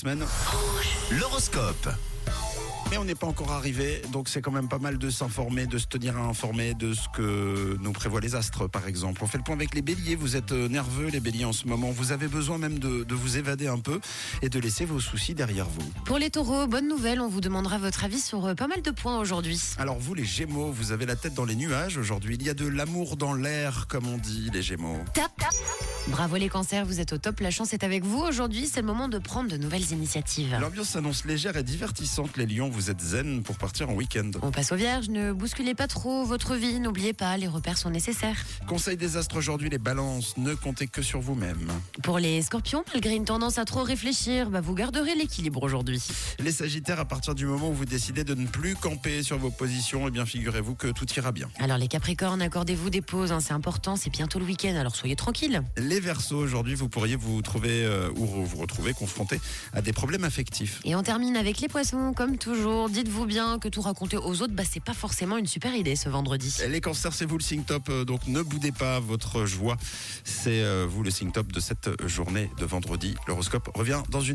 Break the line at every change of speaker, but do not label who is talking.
semaine.
L'horoscope.
Mais on n'est pas encore arrivé, donc c'est quand même pas mal de s'informer, de se tenir informé de ce que nous prévoient les astres, par exemple. On fait le point avec les béliers, vous êtes euh, nerveux les béliers en ce moment, vous avez besoin même de, de vous évader un peu et de laisser vos soucis derrière vous.
Pour les taureaux, bonne nouvelle, on vous demandera votre avis sur euh, pas mal de points aujourd'hui.
Alors vous les gémeaux, vous avez la tête dans les nuages aujourd'hui, il y a de l'amour dans l'air, comme on dit les gémeaux.
Tap, tap. Bravo les cancers, vous êtes au top, la chance est avec vous aujourd'hui, c'est le moment de prendre de nouvelles initiatives.
L'ambiance s'annonce légère et divertissante les lions, vous êtes zen pour partir en week-end.
On passe aux vierges, ne bousculez pas trop votre vie, n'oubliez pas, les repères sont nécessaires.
Conseil des astres aujourd'hui, les balances, ne comptez que sur vous-même.
Pour les scorpions, malgré une tendance à trop réfléchir, bah, vous garderez l'équilibre aujourd'hui.
Les Sagittaires, à partir du moment où vous décidez de ne plus camper sur vos positions, eh bien figurez-vous que tout ira bien.
Alors les capricornes, accordez-vous des pauses, hein, c'est important, c'est bientôt le week-end, alors soyez tranquilles.
Les Verseaux, aujourd'hui, vous pourriez vous trouver euh, ou re- vous retrouver confronté à des problèmes affectifs.
Et on termine avec les poissons, comme toujours. Dites-vous bien que tout raconter aux autres, bah, c'est pas forcément une super idée ce vendredi.
Les cancers, c'est vous le signe top, euh, donc ne boudez pas votre joie. C'est euh, vous le signe top de cette journée de vendredi. L'horoscope revient dans une